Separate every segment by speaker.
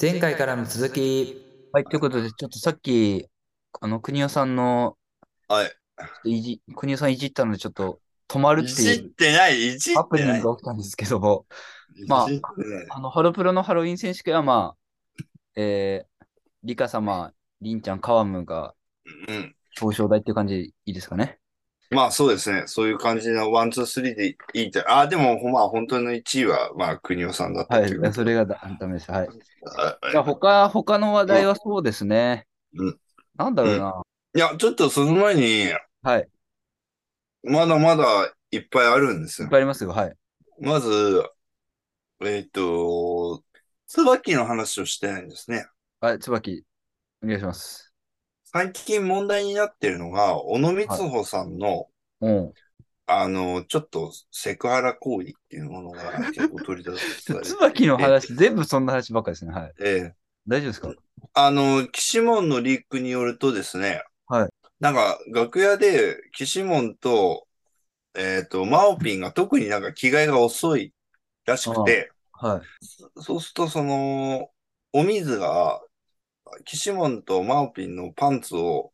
Speaker 1: 前回からの続き、
Speaker 2: はい、ということで、ちょっとさっき、あの、国尾さんの、
Speaker 3: はい。
Speaker 2: いじ、国尾さんいじったので、ちょっと止まる
Speaker 3: い
Speaker 2: って
Speaker 3: じっ
Speaker 2: いう
Speaker 3: てない、いじっ
Speaker 2: ハプ
Speaker 3: て
Speaker 2: ニ
Speaker 3: な
Speaker 2: ン
Speaker 3: い。
Speaker 2: グが起きたんですけども、まあ
Speaker 3: いじってない
Speaker 2: あの、ハロプロのハロウィン選手権は、まあ、えー、リカ様、リンちゃん、カワムが
Speaker 3: うん。
Speaker 2: 表彰台っていう感じでいいですかね。
Speaker 3: まあそうですね。そういう感じのワン、ツー、スリーでいいって。ああ、でも、まあ本当の1位は、まあ、国尾さんだった
Speaker 2: は
Speaker 3: け
Speaker 2: い
Speaker 3: ど。、
Speaker 2: それがだダメです。はい。
Speaker 3: あ
Speaker 2: じゃあ、他、他の話題はそうですね。
Speaker 3: うん
Speaker 2: なんだろうな。
Speaker 3: いや、ちょっとその前に、
Speaker 2: はい。
Speaker 3: まだまだいっぱいあるんです
Speaker 2: いっ
Speaker 3: よ。
Speaker 2: ぱいありますよ。はい。
Speaker 3: まず、えっ、と、椿の話をしてないんですね。
Speaker 2: あ、椿、お願いします。
Speaker 3: 最近問題になってるのが、小野光穂さんの、
Speaker 2: うん。
Speaker 3: あの、ちょっとセクハラ行為っていうものが結構取り出されていて
Speaker 2: 椿の話、全部そんな話ばっかりですね。はい。
Speaker 3: ええ
Speaker 2: 大丈夫ですか
Speaker 3: あの、キシモンのリークによるとですね、
Speaker 2: はい。
Speaker 3: なんか、楽屋で、キシモンと、えっと、マオピンが特になんか着替えが遅いらしくて、
Speaker 2: はい。
Speaker 3: そうすると、その、お水が、キシモンとマオピンのパンツを、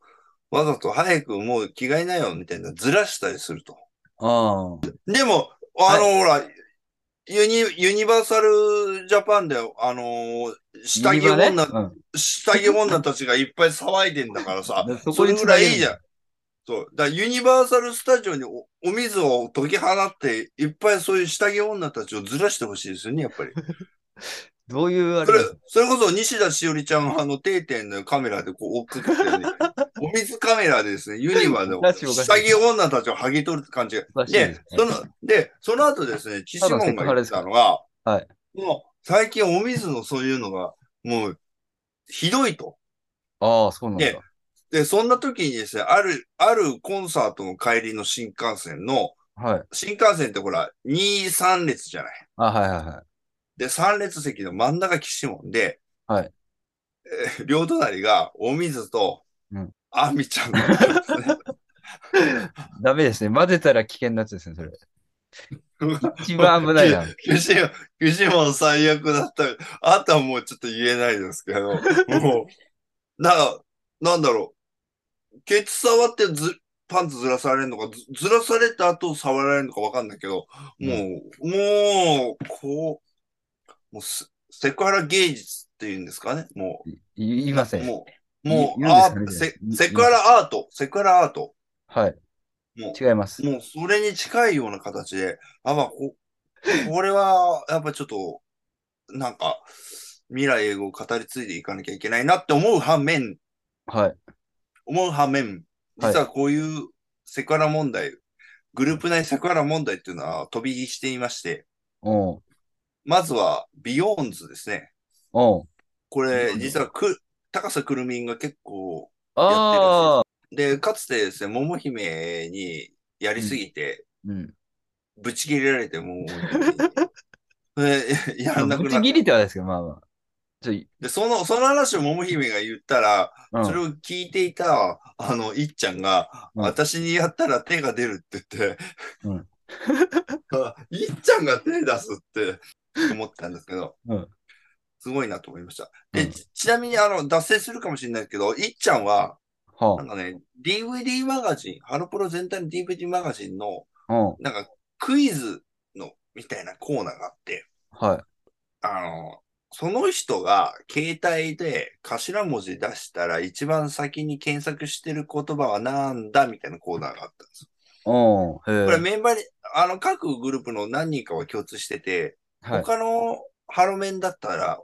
Speaker 3: わざと早くもう着替えなよ、みたいな、ずらしたりすると。
Speaker 2: ああ。
Speaker 3: でも、あの、ほら、ユニ、ユニバーサルジャパンで、あの、下
Speaker 2: ユ
Speaker 3: 着
Speaker 2: ニバね
Speaker 3: 女下着女たちがいっぱい騒いでんだからさ
Speaker 2: で、 そ
Speaker 3: そ
Speaker 2: こに
Speaker 3: れぐらいいい
Speaker 2: つなげる
Speaker 3: じゃん。そう。だからユニバーサル・スタジオにおお水を解き放って、いっぱいそういう下着女たちをずらしてほしいですよね、やっぱり。
Speaker 2: うんどういうあ
Speaker 3: そ
Speaker 2: れ
Speaker 3: れ、それこそ西田しおりちゃんはあの定点のカメラでこう追っかけてね、 お水カメラでですね、ユニバーの
Speaker 2: おかしいおかしい
Speaker 3: 下着女たちを剥ぎ取る感じが
Speaker 2: おかしいで
Speaker 3: で、
Speaker 2: すね
Speaker 3: その、で、その後ですね、岸
Speaker 2: ただ
Speaker 3: 本が言ってたのが、
Speaker 2: ハラです
Speaker 3: もう、最近お水のそういうのが、もう、ひどいと。
Speaker 2: ああ、そうなんだ。
Speaker 3: ねで、そんな時にですね、ある、あるコンサートの帰りの新幹線の、
Speaker 2: はい。
Speaker 3: 新幹線ってほら、2、3列じゃない。
Speaker 2: あはいはいはい。
Speaker 3: で、3列席の真ん中岸本で、
Speaker 2: はい
Speaker 3: えー両隣が、お水と
Speaker 2: うん、
Speaker 3: あみちゃんがいるんですね。
Speaker 2: ダメですね。混ぜたら危険なやつですね、 それ。一番危ないな。
Speaker 3: 岸本、岸本最悪だった。あとはもうちょっと言えないですけど、もう、なんか、なんだろう。ケツ触ってず、パンツずらされるのか、ずずらされた後触られるのかわかんないけど、もう、もう、こう、もうセセクハラ芸術っていうんですかね、もう。
Speaker 2: い言いません。
Speaker 3: もう、もう、
Speaker 2: 言うんで
Speaker 3: あ
Speaker 2: すかね
Speaker 3: セセクハラアート、セクハラアート。
Speaker 2: はい。
Speaker 3: もう、
Speaker 2: 違います。
Speaker 3: もうそれに近いような形で、あ、まあ、こ、これは、やっぱちょっと、なんか、未来英語を語り継いでいかなきゃいけないなって思う反面、
Speaker 2: はい。
Speaker 3: 思う反面、
Speaker 2: はい
Speaker 3: 実はこういうセクハラ問題、グループ内セクハラ問題っていうのは飛び火していまして、
Speaker 2: おう
Speaker 3: まずは、ビヨーンズですね。
Speaker 2: おう
Speaker 3: こ
Speaker 2: ビヨ
Speaker 3: れ
Speaker 2: ー、ンズ
Speaker 3: 実はく、高瀬くるみんが結構、
Speaker 2: ああ。
Speaker 3: で、かつてですね、桃姫にやりすぎて、
Speaker 2: うん。
Speaker 3: ぶち切れられて、もう。 え、やらなく
Speaker 2: ぶ
Speaker 3: な
Speaker 2: ち
Speaker 3: っ
Speaker 2: 切りではないですけど、まあまあ。ちょい、
Speaker 3: で、その、その話を桃姫が言ったら、
Speaker 2: うん
Speaker 3: それを聞いていた、あの、いっちゃんが、
Speaker 2: うん
Speaker 3: 私にやったら手が出るって言って、
Speaker 2: うん
Speaker 3: あいっちゃんが手出すって思ったんですけど、
Speaker 2: うん
Speaker 3: すごいなと思いました。で、
Speaker 2: うん
Speaker 3: ちちなみに、あの、脱線するかもしれないけど、いっちゃんは、なん
Speaker 2: は
Speaker 3: かね、DVD マガジン、ハロプロ全体の DVD マガジンの、
Speaker 2: あ。うん。
Speaker 3: なんかクイズのみたいなコーナーがあって、
Speaker 2: はい。
Speaker 3: あの、その人が携帯で頭文字出したら一番先に検索してる言葉はなんだみたいなコーナーがあったんですよ。
Speaker 2: おう
Speaker 3: これ
Speaker 2: へえ。
Speaker 3: メンバーに、あの、各グループの何人かは共通してて、
Speaker 2: はい。
Speaker 3: 他のハロメンだったら、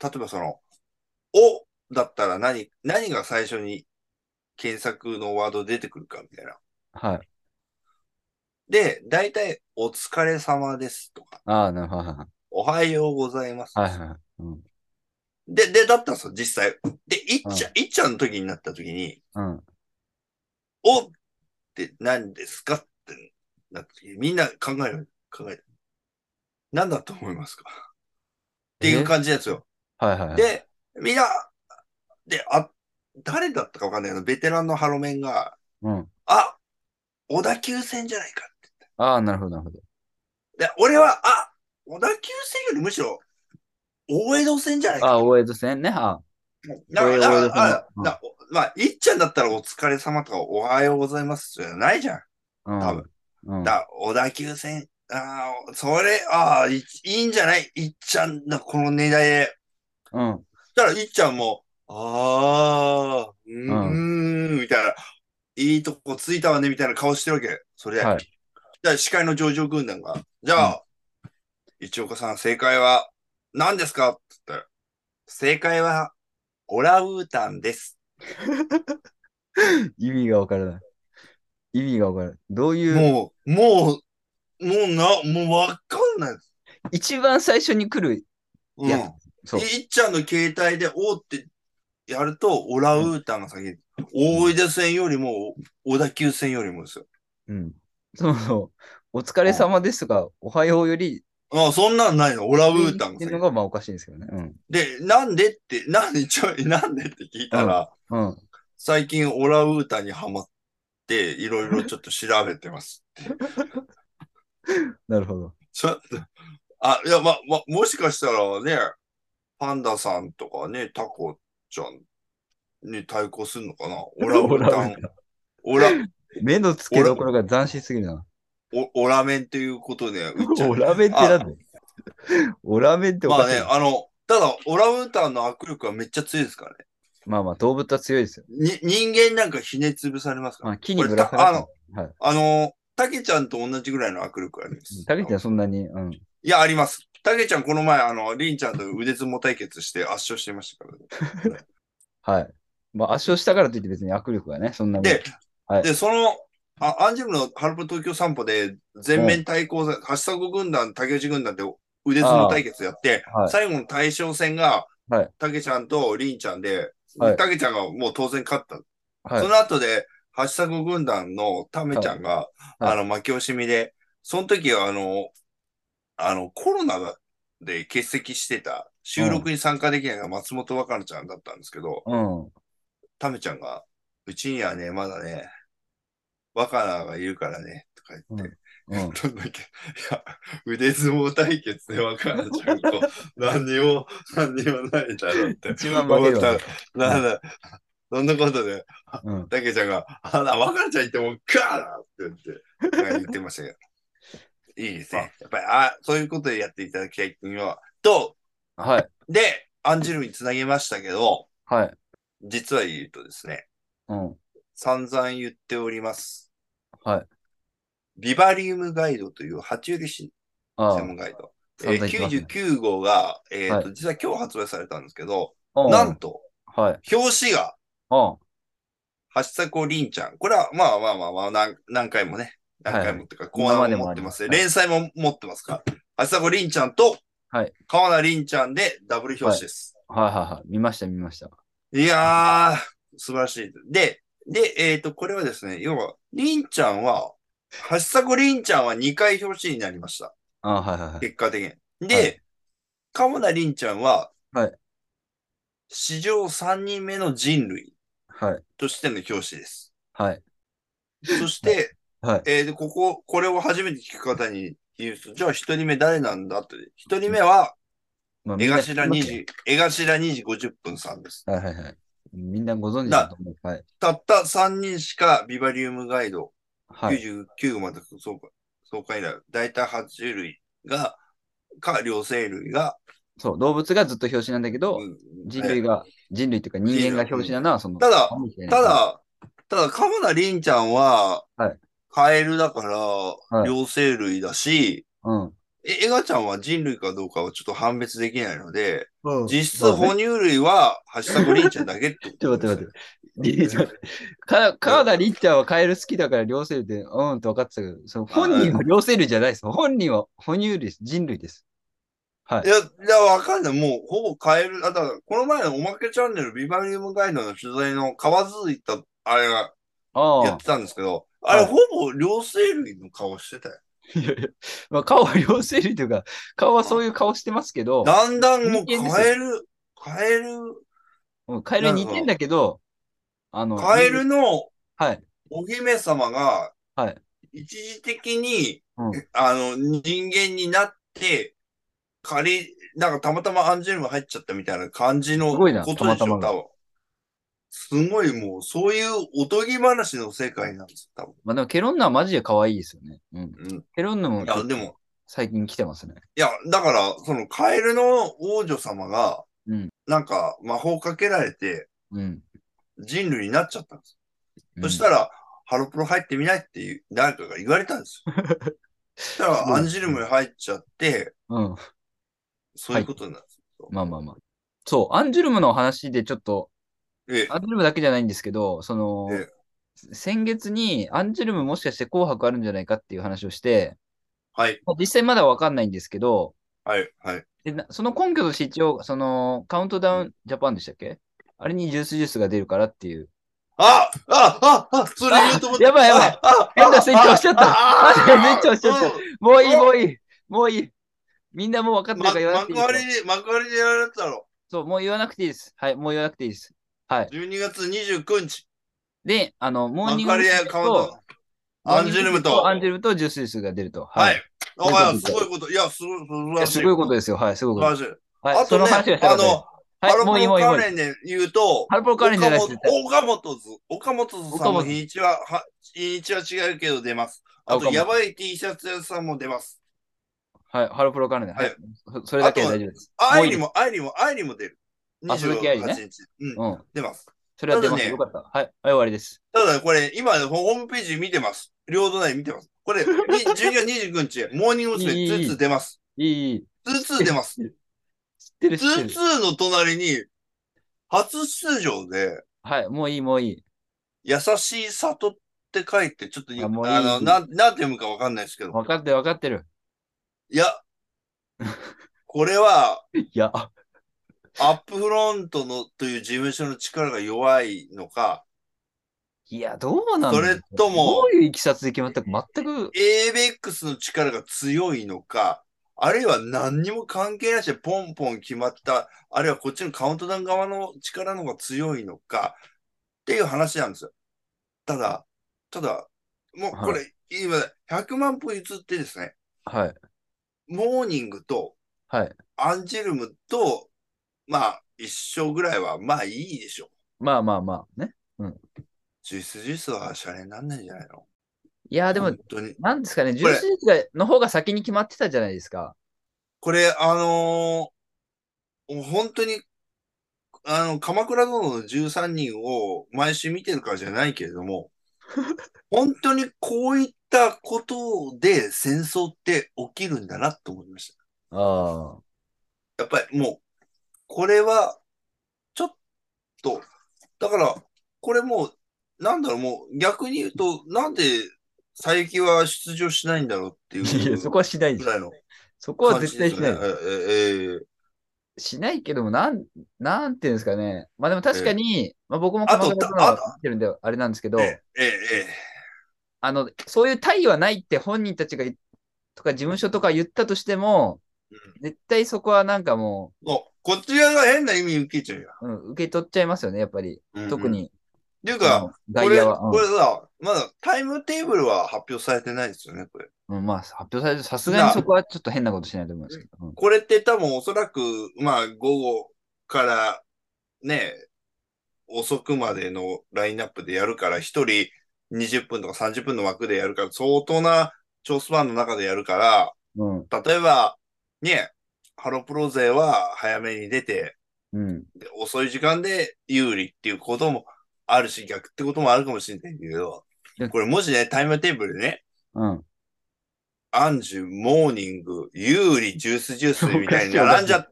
Speaker 3: 例えばその、おだったら何、何が最初に検索のワード出てくるかみたいな。
Speaker 2: はい。
Speaker 3: で、大体、お疲れ様ですとか、
Speaker 2: ああ、なるほど。はい
Speaker 3: おはようございます。
Speaker 2: はいはい。うん。
Speaker 3: で、で、だったんですよ、実際。で、いっちゃん、いっちゃんの時になった時に、
Speaker 2: うん。
Speaker 3: おって何ですかってなった時に、みんな考える、考える。何だと思いますかっていう感じなんですよ。
Speaker 2: はいはいはい。
Speaker 3: で、みんな、で、あ、誰だったかわかんないけど、ベテランのハロメンが、
Speaker 2: うん。
Speaker 3: あ、小田急線じゃないかって。
Speaker 2: ああ、なるほど、なるほど。
Speaker 3: で、俺は、あ、小田急線よりむしろ、大江戸線じゃないか
Speaker 2: あ、大江戸線ね。あ、
Speaker 3: な
Speaker 2: 大江
Speaker 3: な
Speaker 2: 戸線
Speaker 3: あ
Speaker 2: うん
Speaker 3: なおまあ、いっちゃんだったらお疲れ様とかおはようございますじゃないじゃん。
Speaker 2: うん。
Speaker 3: 多分
Speaker 2: うん、
Speaker 3: だ、小田急線、ああ、それ、ああ、いいいんじゃないいっちゃんだ、この値段で。
Speaker 2: うん。
Speaker 3: だから、いっちゃんも、ああ、うーん、みたいな、いいとこついたわね、みたいな顔してるわけ。それ、
Speaker 2: はい
Speaker 3: じゃあ、司会の上場軍団が、じゃあ、一岡さん、正解は何ですかって言ったら、正解は、オランウータンです。
Speaker 2: 意味がわからない。意味がわからない。どういう、
Speaker 3: もう、もう、もうな、もうわかんない。
Speaker 2: 一番最初に来る、
Speaker 3: うん。
Speaker 2: いやそう。
Speaker 3: いっちゃんの携帯で、おーってやると、オランウータンが先に、大江戸線よりも、小田急線よりもですよ。
Speaker 2: うん。そうそう。お疲れ様ですとか、おはようより、
Speaker 3: ああ、そんなんないの。オランウータン
Speaker 2: っ
Speaker 3: が
Speaker 2: ていう
Speaker 3: 先
Speaker 2: の
Speaker 3: に。
Speaker 2: がまあおかしいんですけどね。うん。
Speaker 3: で、なんでって、なんで、ちょい、なんでって聞いたら、
Speaker 2: うん。
Speaker 3: 最近オランウータンにハマって、いろいろちょっと調べてます。
Speaker 2: なるほど。
Speaker 3: ちょっと、 あ、いや、ま、ま、もしかしたらね、パンダさんとかね、タコちゃんに対抗するの かなオランウータン。オラ、
Speaker 2: 目の付けどころが斬新すぎるな。
Speaker 3: お、オラメンということで、うっちゃん
Speaker 2: オラメってなんだよオラメってお
Speaker 3: まあ
Speaker 2: かしい
Speaker 3: ね、。あの、ただ、オランウータンの握力はめっちゃ強いですからね。
Speaker 2: まあまあ、動物は強いですよ。
Speaker 3: に、人間なんかひねつぶされますから。
Speaker 2: まあ、木にぶら下がってる。はい。
Speaker 3: あの、たけちゃんと同じぐらいの握力あります。
Speaker 2: たけちゃんそんなに、うん。
Speaker 3: いや、あります。たけちゃん、この前、あの、りんちゃんと腕相撲対決して圧勝してましたからね。
Speaker 2: はい。まあ、圧勝したからといって別に握力がね、そんなに。
Speaker 3: で
Speaker 2: はい
Speaker 3: で、その、あアンジェムのハルプ東京散歩で全面対抗戦、ハッシュタグ軍団、竹内軍団で腕相撲対決やって、
Speaker 2: あーはい
Speaker 3: 最後の対象戦が
Speaker 2: はい、
Speaker 3: たけちゃんとりんちゃんで、
Speaker 2: はい
Speaker 3: たけちゃんがもう当然勝った。
Speaker 2: はい
Speaker 3: その後で、ハッシュタグ軍団のタメちゃんが、
Speaker 2: はい
Speaker 3: あの、負け惜しみで、その時はあの、あの、コロナで欠席してた、収録に参加できないのが松本若菜ちゃんだったんですけど、
Speaker 2: うん。
Speaker 3: タメちゃんが、うちにはね、まだね、若菜がいるからね、とか言って、
Speaker 2: うん。
Speaker 3: どんだけ、いや、腕相撲対決で若菜ちゃ んと、何にも、何にもないだろうって。
Speaker 2: 一番負けるわね。
Speaker 3: なんだ、そんなことで、
Speaker 2: うん。
Speaker 3: たけちゃんが、あら、若菜ちゃん言っても、ガーって言って、なんか言ってましたけど。いいですね。やっぱり、あそういうことでやっていただきたいっていうのは、と、
Speaker 2: はい。
Speaker 3: で、アンジュルムにつなげましたけど、
Speaker 2: はい。
Speaker 3: 実は言うとですね、
Speaker 2: うん。
Speaker 3: 散々言っております。
Speaker 2: はい。
Speaker 3: ビバリウムガイドという爬虫類誌
Speaker 2: ああ
Speaker 3: 専。門ガイド。
Speaker 2: 散
Speaker 3: え
Speaker 2: 々
Speaker 3: ー
Speaker 2: 言ってますね
Speaker 3: 99号が、えーと
Speaker 2: は
Speaker 3: 実は今日発売されたんですけど、
Speaker 2: うん
Speaker 3: なんと、
Speaker 2: はい。
Speaker 3: 表紙が、
Speaker 2: うん。
Speaker 3: ハッシュタコリンちゃん。これは、まあまあまあまあ、何何回もね、何回もっていうか、コーナーも持ってますね。
Speaker 2: 今までもあり
Speaker 3: 連載も持ってますから。ハッシュタコリンちゃんと、
Speaker 2: はい
Speaker 3: 川名リンちゃんでダブル表紙です。
Speaker 2: はいはいはい。見ました、見ました。
Speaker 3: いやー、素晴らしい。で、で、えっ、と、これはですね、要は、りんちゃんは、ハッシュタグりんちゃんは2回表紙になりました。
Speaker 2: ああ、はいはいはい。
Speaker 3: 結果的に。
Speaker 2: は
Speaker 3: で、かもなりんちゃんは、
Speaker 2: はい
Speaker 3: 史上3人目の人類
Speaker 2: はい。
Speaker 3: としての表紙 です。
Speaker 2: はい。
Speaker 3: そして、
Speaker 2: はい。
Speaker 3: えーと、ここ、これを初めて聞く方に言うと、じゃあ1人目誰なんだって。1人目は、
Speaker 2: まあ
Speaker 3: 江頭。
Speaker 2: み
Speaker 3: 2
Speaker 2: んな
Speaker 3: 時、江頭2時50分さんです。
Speaker 2: はいはいはい。みんなご存知だと思う。はい。
Speaker 3: たった3人しかビバリウムガイド
Speaker 2: はい。
Speaker 3: 99号まで総会総会以来、大体爬虫類が、か、両生類が、
Speaker 2: そう、動物がずっと表紙なんだけど、
Speaker 3: うん
Speaker 2: 人類が、人類っていうか人間が表紙なのはその。
Speaker 3: ただ、た
Speaker 2: は
Speaker 3: だ、ただ、カモナリンちゃんは、
Speaker 2: はい
Speaker 3: カエルだから、
Speaker 2: い
Speaker 3: 両生類だし、
Speaker 2: い、うん。
Speaker 3: えエガちゃんは人類かどうかはちょっと判別できないので、実
Speaker 2: そう
Speaker 3: 質
Speaker 2: ね
Speaker 3: 哺乳類は、ハッシュタグリンちゃんだけって。
Speaker 2: ちょっと待って待って。ちょっと待ってか川田りっちゃんはカエル好きだから両生類でうんと分かってたけど、その本人は両生類じゃないです。本人は哺乳類です。人類です。はい
Speaker 3: い。や、いや、わかんない。もう、ほぼカエル。あ、だから、この前のおまけチャンネル、ビバリウムガイドの取材の川津行った、あれが、
Speaker 2: あ
Speaker 3: やっ
Speaker 2: あ
Speaker 3: て。たんですけど、
Speaker 2: は
Speaker 3: あ
Speaker 2: い
Speaker 3: れ、ほぼ両生類の顔してたよ。
Speaker 2: いやいや まあ、顔は両生類というか、顔はそういう顔してますけど、
Speaker 3: だんだんもう
Speaker 2: 人間ですよ
Speaker 3: カエル、カエル、
Speaker 2: うんカエルに似てんだけど、あの、
Speaker 3: カエルの
Speaker 2: はい。
Speaker 3: お姫様が
Speaker 2: はい、
Speaker 3: 一時的に、
Speaker 2: うん
Speaker 3: あの、人間になって、仮なんかたまたまアンジェルム入っちゃったみたいな感じの
Speaker 2: す
Speaker 3: こと
Speaker 2: ごい
Speaker 3: でし
Speaker 2: な
Speaker 3: ょ、多
Speaker 2: たまたまが
Speaker 3: 分。すごいもう、そういうおとぎ話の世界なんですよ、
Speaker 2: まあでも、ケロンナはマジで可愛いですよね。うん。
Speaker 3: 多分。うん。
Speaker 2: ケロンナも
Speaker 3: いや、でも、
Speaker 2: 最近来てますね。
Speaker 3: いや、だから、そのカエルの王女様が、
Speaker 2: うん
Speaker 3: なんか魔法かけられて
Speaker 2: うん。
Speaker 3: 人類になっちゃったんです。そしたら、ハロプロ入ってみないっていう、誰かが言われたんですよ。そした
Speaker 2: すごい
Speaker 3: ら、アンジュルムに入っちゃって、
Speaker 2: うん、うん。
Speaker 3: そういうことになるんですよ。
Speaker 2: まあまあまあ。そう、アンジュルムの話でちょっと、
Speaker 3: ええ
Speaker 2: アンジュルムだけじゃないんですけど、その、
Speaker 3: え
Speaker 2: 先月にアンジュルムもしかして紅白あるんじゃないかっていう話をして、
Speaker 3: はい、
Speaker 2: まあ実際まだわかんないんですけど、
Speaker 3: はい、はい。
Speaker 2: でなその根拠として一応、その、カウントダウンジャパンでしたっけあれにジュースジュースが出るからっていう。
Speaker 3: ああああそれ言うと思った。
Speaker 2: やばいやばい
Speaker 3: あ。あ
Speaker 2: 変なスイッチ押しちゃった
Speaker 3: ああ
Speaker 2: 変なスイッチ押しちゃった
Speaker 3: うん
Speaker 2: もういい、もういい、もういい。みんなもう分かってる
Speaker 3: ま
Speaker 2: から言わなくて
Speaker 3: 幕
Speaker 2: いいですよ。
Speaker 3: 張で、幕張でやられたろ。
Speaker 2: そう、もう言わなくていいです。はい、もう言わなくていいです。はい。
Speaker 3: 12月29日、
Speaker 2: で、あの、モー
Speaker 3: 幕
Speaker 2: ニング
Speaker 3: 張で
Speaker 2: 娘。
Speaker 3: カウント。アンジュルムと。
Speaker 2: アンジェルムとジュースジュースが出ると。
Speaker 3: は
Speaker 2: はい。
Speaker 3: い。ああ、
Speaker 2: と
Speaker 3: す
Speaker 2: いう
Speaker 3: ご
Speaker 2: こ
Speaker 3: いこと。いや、すごい、素晴
Speaker 2: いや
Speaker 3: らしい。
Speaker 2: すごいこと
Speaker 3: で
Speaker 2: ですよ。はい、すごい
Speaker 3: 素
Speaker 2: こ
Speaker 3: 晴
Speaker 2: と
Speaker 3: ら
Speaker 2: です。
Speaker 3: しい。
Speaker 2: はい、その話は
Speaker 3: あとね、
Speaker 2: したか
Speaker 3: あ
Speaker 2: ったです
Speaker 3: の、ハ
Speaker 2: はい、
Speaker 3: ロ
Speaker 2: もういい、
Speaker 3: プ
Speaker 2: もう
Speaker 3: ロ
Speaker 2: いい、も
Speaker 3: 関
Speaker 2: ういい。
Speaker 3: 連で言うと、
Speaker 2: ハロプロ関連じゃないです。絶対
Speaker 3: 岡本図、岡本図さんも
Speaker 2: 岡本
Speaker 3: 日にちは、は日にちは違うけど出ます。あ
Speaker 2: 岡
Speaker 3: と、
Speaker 2: 本
Speaker 3: やばい T シャツ屋さんも出ます。
Speaker 2: はい、ハロプロ関連で。は
Speaker 3: はい
Speaker 2: い。そそれだけで大丈夫です。
Speaker 3: あ
Speaker 2: もう
Speaker 3: い
Speaker 2: いい
Speaker 3: りも、あいりも、あいりも出る。
Speaker 2: あ鈴木愛理ね
Speaker 3: 28日。うん、
Speaker 2: うん。
Speaker 3: 出ます。
Speaker 2: それは出ます。
Speaker 3: ただね
Speaker 2: よかった。はい、はい、終わりです。
Speaker 3: ただ、これ、今、ホームページ見てます。両隣見てます。これ、に12月29日、モーニング娘。
Speaker 2: いいいい
Speaker 3: 2-2出ます。
Speaker 2: いい、いい。
Speaker 3: 2-2出ます。
Speaker 2: 知ってる、知ってる。
Speaker 3: 2-2の隣に、初出場で、
Speaker 2: はい、もういい、もういい。
Speaker 3: 優しい里って書いて、ちょっとい
Speaker 2: あもういい
Speaker 3: あのなん、なんて読むかわかんないですけど、
Speaker 2: 分かってる、分かってる。
Speaker 3: いや、これは、
Speaker 2: いや、あ
Speaker 3: アップフロントのという事務所の力が弱いのか、
Speaker 2: いや、どうなんだ
Speaker 3: それとも
Speaker 2: どういういきさつで決まったか、全く、
Speaker 3: ABEX の力が強いのか、あるいは何にも関係なしでポンポン決まった、あるいはこっちのカウントダウン側の力の方が強いのか、っていう話なんですよ。ただ、ただ、もうこれ、今、100万歩譲ってですね、
Speaker 2: はい、
Speaker 3: モーニングと
Speaker 2: はい。
Speaker 3: アンジェルムと、まあ、一緒ぐらいは、まあいいでしょ。
Speaker 2: まあまあまあ、ね。
Speaker 3: ジュースジュースはシャレになんないんじゃないの
Speaker 2: いや、でも
Speaker 3: 本、当に。
Speaker 2: なんですかね、ジ
Speaker 3: こ
Speaker 2: ュー
Speaker 3: れ
Speaker 2: スジュースがの方が先に決まってたじゃないですか。
Speaker 3: これ、あのー本当に、あの、鎌倉殿の13人を毎週見てるからじゃないけれど も、本当にこういったことで戦争って起きるんだなと思いました。
Speaker 2: ああ。
Speaker 3: やっぱりもう、これは、ちょっと、だから、これもう、なんだろう、もう逆に言うと、なんで、佐伯は出場しないんだろうって
Speaker 2: い
Speaker 3: い
Speaker 2: や、
Speaker 3: う
Speaker 2: そこはしないで
Speaker 3: ぐ
Speaker 2: す。
Speaker 3: らいの
Speaker 2: そこは
Speaker 3: 感
Speaker 2: 絶
Speaker 3: じで
Speaker 2: 対
Speaker 3: す
Speaker 2: し
Speaker 3: よね。
Speaker 2: な
Speaker 3: え
Speaker 2: い。
Speaker 3: えええええ
Speaker 2: しないけども、なん、なんていうんですかね。まあでも確かに、まあ僕も
Speaker 3: あと
Speaker 2: 鎌倉殿
Speaker 3: あ
Speaker 2: は
Speaker 3: と
Speaker 2: 見てるんで、あれなんですけど、
Speaker 3: えええ
Speaker 2: あの、そういう対はないって本人たちが言っ、とか事務所とか言ったとしても、
Speaker 3: う
Speaker 2: 絶対そこはなんかも
Speaker 3: えもうこっち側が変な意味受けちゃうよ。
Speaker 2: う、うん、受け取っちゃいますよね、やっぱり。
Speaker 3: うんうん
Speaker 2: 特。に、
Speaker 3: っていう
Speaker 2: あ
Speaker 3: か、
Speaker 2: の
Speaker 3: こ
Speaker 2: 外
Speaker 3: れ、
Speaker 2: 野は。うん
Speaker 3: これさ、まだタイムテーブルは発表されてないですよね、これ。
Speaker 2: うんまあ、発表されるとさすがにそこはちょっと変なことしないと思うんですけど。うん
Speaker 3: これって多分おそらく、まあ、午後からね、遅くまでのラインナップでやるから、一人20分とか30分の枠でやるから、相当な長スパンの中でやるか
Speaker 2: うん。
Speaker 3: ら、例えば、ね、ハロプロ勢は早めに出て、
Speaker 2: うん。
Speaker 3: で遅い時間で有利っていうこともあるし、逆ってこともあるかもしれないけど
Speaker 2: で、
Speaker 3: これもしね、タイムテーブルでね、
Speaker 2: うん。
Speaker 3: アンジュ、モーニング、有利、ジュースジュースみたいに並んじゃっ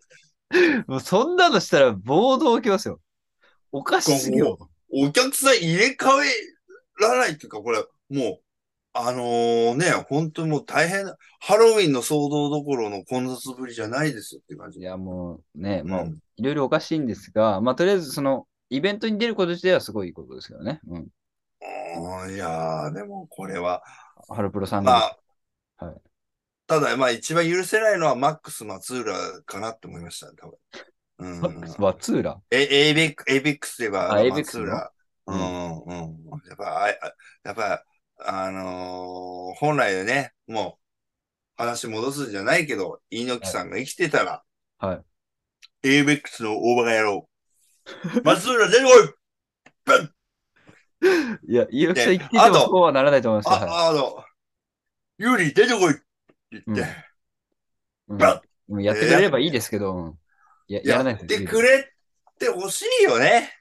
Speaker 2: もうそんなのしたら暴動起きますよ。おかしすぎよ。
Speaker 3: お客さん入れ替えらないっていうか、これ、もう、あのね、本当にもう大変な、ハロウィンの騒動どころの混雑ぶりじゃないですよっていう感じ
Speaker 2: い。や、もうね、
Speaker 3: うん
Speaker 2: まあ、いろいろおかしいんですが、まあ、とりあえず、その、イベントに出ること自体はすごいいいことですけどね。うん。
Speaker 3: うんいやー、でもこれは、
Speaker 2: ハロプロさんの。
Speaker 3: まあ、
Speaker 2: はい
Speaker 3: ただ、まあ一番許せないのはマックス松浦かなって思いましたね、多分。うん
Speaker 2: マックスはツーラ。
Speaker 3: え、エイベック、エイベックスでは、
Speaker 2: あエイベックス
Speaker 3: 松
Speaker 2: の
Speaker 3: 浦。うん、うん。やっぱ、あいあやっぱ、あのー本来ね、もう、話戻すんじゃないけど、猪木さんが生きてたら、
Speaker 2: はい。
Speaker 3: エイベックスの大バカ野郎。松浦出て こい
Speaker 2: いや、結城さん
Speaker 3: で
Speaker 2: 言ってて
Speaker 3: あ
Speaker 2: も
Speaker 3: と
Speaker 2: そうはならないと思いますよ。はい
Speaker 3: あ、あの、ユーリ出てこいって言って、
Speaker 2: うん
Speaker 3: ば
Speaker 2: うんやってくれればいいですけど、うんややらない
Speaker 3: や
Speaker 2: で
Speaker 3: っ
Speaker 2: す
Speaker 3: てくれってほしいよね。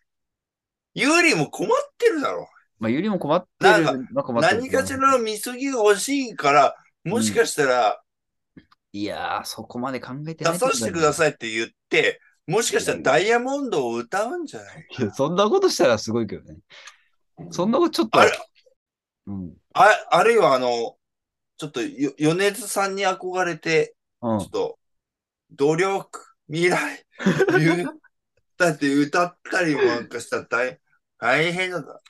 Speaker 3: ユーリも困ってるだろ。
Speaker 2: まあ、ゆりも困ってる。
Speaker 3: なん
Speaker 2: なんか困ってる
Speaker 3: 何かしらのみすぎが欲しいから、もしかしたら
Speaker 2: いやー、そこまで考えて
Speaker 3: 出
Speaker 2: ないと
Speaker 3: さ
Speaker 2: 思う。
Speaker 3: せてくださいって言って、もしかしたらダイヤモンドを歌うんじゃない
Speaker 2: いやそんなことしたらすごいけどね。そんなことちょっと
Speaker 3: あれ。
Speaker 2: うん。
Speaker 3: ああるいはあの、ちょっとよ米津さんに憧れて、
Speaker 2: うん
Speaker 3: ちょっ。と、努力、未来、言うだって歌ったりもなんかしたら大 大変だった。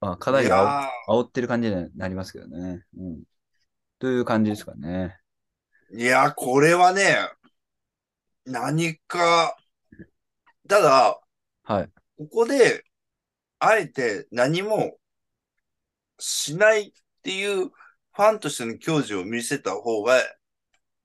Speaker 2: まあ、かないり煽
Speaker 3: や
Speaker 2: 煽ってる感じになりますけどね。うん。という感じですかね。
Speaker 3: ーいやー、これはね、何か、ただ、
Speaker 2: はい。
Speaker 3: ここで、あえて何もしないっていうファンとしての教授を見せた方が、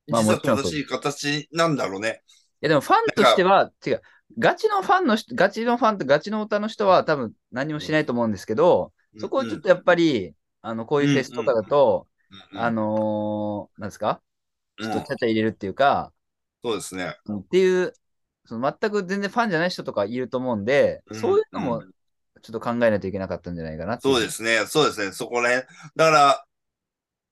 Speaker 3: 実
Speaker 2: まあ
Speaker 3: は
Speaker 2: もちろんそう
Speaker 3: 正しい形なんだろうね。
Speaker 2: いやでもファンとしては、違う、ガチのファンの人、ガチのファンとガチの歌の人は多分何もしないと思うんですけど、そこをちょっとやっぱり、あの、こういうフェスとかだと、
Speaker 3: うん、
Speaker 2: あのーなんですか
Speaker 3: う
Speaker 2: ち
Speaker 3: ん
Speaker 2: ょっとちゃちゃ入れるっていうか、
Speaker 3: そうですね。
Speaker 2: っていう、その全く全然ファンじゃない人とかいると思うんで、
Speaker 3: うん
Speaker 2: そういうのもちょっと考えないといけなかったんじゃないかなってい
Speaker 3: そうですね、そうですね、そこら辺。だから、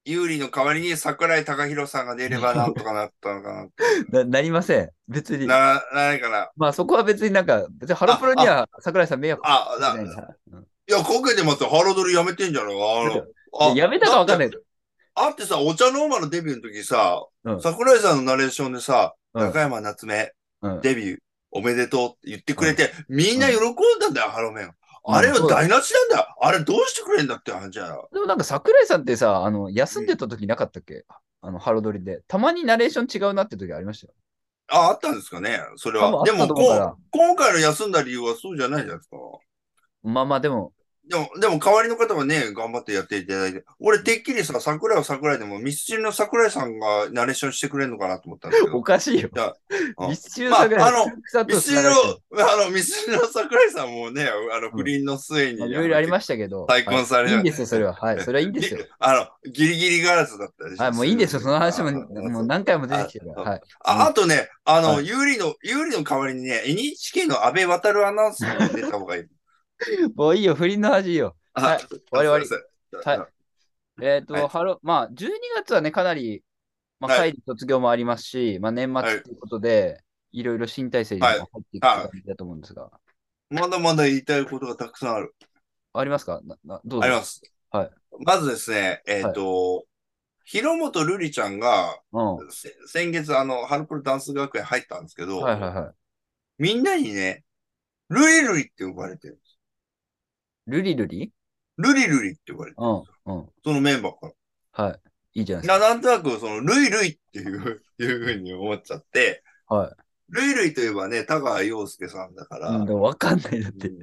Speaker 3: 有利の代わりに桜井貴弘さんが出 ればなんとかなったのかなって。
Speaker 2: ななりません。別に。
Speaker 3: なならないかな。
Speaker 2: まあそこは別になんか、別にハロプロには桜井さん迷惑か
Speaker 3: あ、
Speaker 2: けてないか
Speaker 3: だ
Speaker 2: ら。うん
Speaker 3: いや、こけてますよ。ハロドルやめてんじゃないのあのあ
Speaker 2: いややめたかわかんない。
Speaker 3: あってさ、お茶の間のデビューの時さ、
Speaker 2: うん
Speaker 3: 桜井さんのナレーションでさ、
Speaker 2: うん
Speaker 3: 中山夏目、
Speaker 2: うん
Speaker 3: デビューおめでとうって言ってくれて、みんな喜んだんだよ、ハロメン。あれ
Speaker 2: うんそ
Speaker 3: は
Speaker 2: うだ
Speaker 3: 台無しなんだよ。あれどうしてくれんだって話じゃん。
Speaker 2: でもなんか桜井さんってさ、あの休んでた時なかったっけ、あのハロドリで。たまにナレーション違うなって時ありましたよ。
Speaker 3: あ、あったんですかね、それ
Speaker 2: 多分
Speaker 3: は。
Speaker 2: あっ
Speaker 3: で
Speaker 2: た
Speaker 3: も
Speaker 2: と思うから
Speaker 3: こう、今回の休んだ理由はそうじゃないじゃないですか。
Speaker 2: まあまあでも、
Speaker 3: でも、でも代わりの方はね、頑張ってやっていただいて、俺、てっきりさ、桜井は桜井でも、ミスチルの桜井さんがナレーションしてくれるのかなと思ったんですけ
Speaker 2: お
Speaker 3: ど、
Speaker 2: かしいよ
Speaker 3: だ。あ
Speaker 2: ミスチル
Speaker 3: まあ
Speaker 2: 桜井
Speaker 3: あの
Speaker 2: さん
Speaker 3: ミ
Speaker 2: と
Speaker 3: スチル
Speaker 2: 繋
Speaker 3: の、
Speaker 2: がれてる
Speaker 3: あの、ミスチルの桜井さんもね、あの、
Speaker 2: ん
Speaker 3: 不倫の末に、
Speaker 2: まあいろいろありま
Speaker 3: し
Speaker 2: したけど。
Speaker 3: 再婚され
Speaker 2: は
Speaker 3: る
Speaker 2: いいいんですよ、それは。はい、それはいいんですよ。
Speaker 3: あの、ギリギリガラスだったでしょ
Speaker 2: はい、もういいんですよ、その話も、
Speaker 3: あ
Speaker 2: もう何回も出てきてるから。はい。
Speaker 3: あ、あとね、あ
Speaker 2: は
Speaker 3: の、有利の、有利の代わりにね、NHK の安倍渡るアナウンスも出た方がいい。
Speaker 2: もういいよ、不倫の味いいよ。 はい
Speaker 3: あ、終
Speaker 2: わり終わり
Speaker 3: り。
Speaker 2: えっ、と、
Speaker 3: はい
Speaker 2: ハロ、まあ、12月はね、かなり、まあ、
Speaker 3: は
Speaker 2: 会議卒業もありますし、まあ、年末ということで、い、ろいろ新体制にも
Speaker 3: はい
Speaker 2: 入っていく感じだと思うんですが、
Speaker 3: まだまだ言いたいことがたくさんある。
Speaker 2: ありますかななどう
Speaker 3: あ
Speaker 2: で
Speaker 3: り
Speaker 2: すか
Speaker 3: ま
Speaker 2: は
Speaker 3: す。
Speaker 2: い
Speaker 3: まずですね、えっ、と、広本瑠璃ちゃんが、
Speaker 2: う
Speaker 3: せ先月、あの、ハルプロダンス学園入ったんですけど、
Speaker 2: ん。はいはいはい。
Speaker 3: みんなにね、ルリルリって呼ばれてる。
Speaker 2: ルリルリ
Speaker 3: ルリルリって呼ばれてる。
Speaker 2: うん。うん。
Speaker 3: そのメンバーか
Speaker 2: はい。いいじゃないです
Speaker 3: ら。
Speaker 2: か。
Speaker 3: ななんとなく、その、ルイルイっていう、いうふうに思っちゃって、
Speaker 2: は
Speaker 3: ルイルイといえばね、田川陽介さんだから、
Speaker 2: い。うん、でもわかんないだって
Speaker 3: う。ん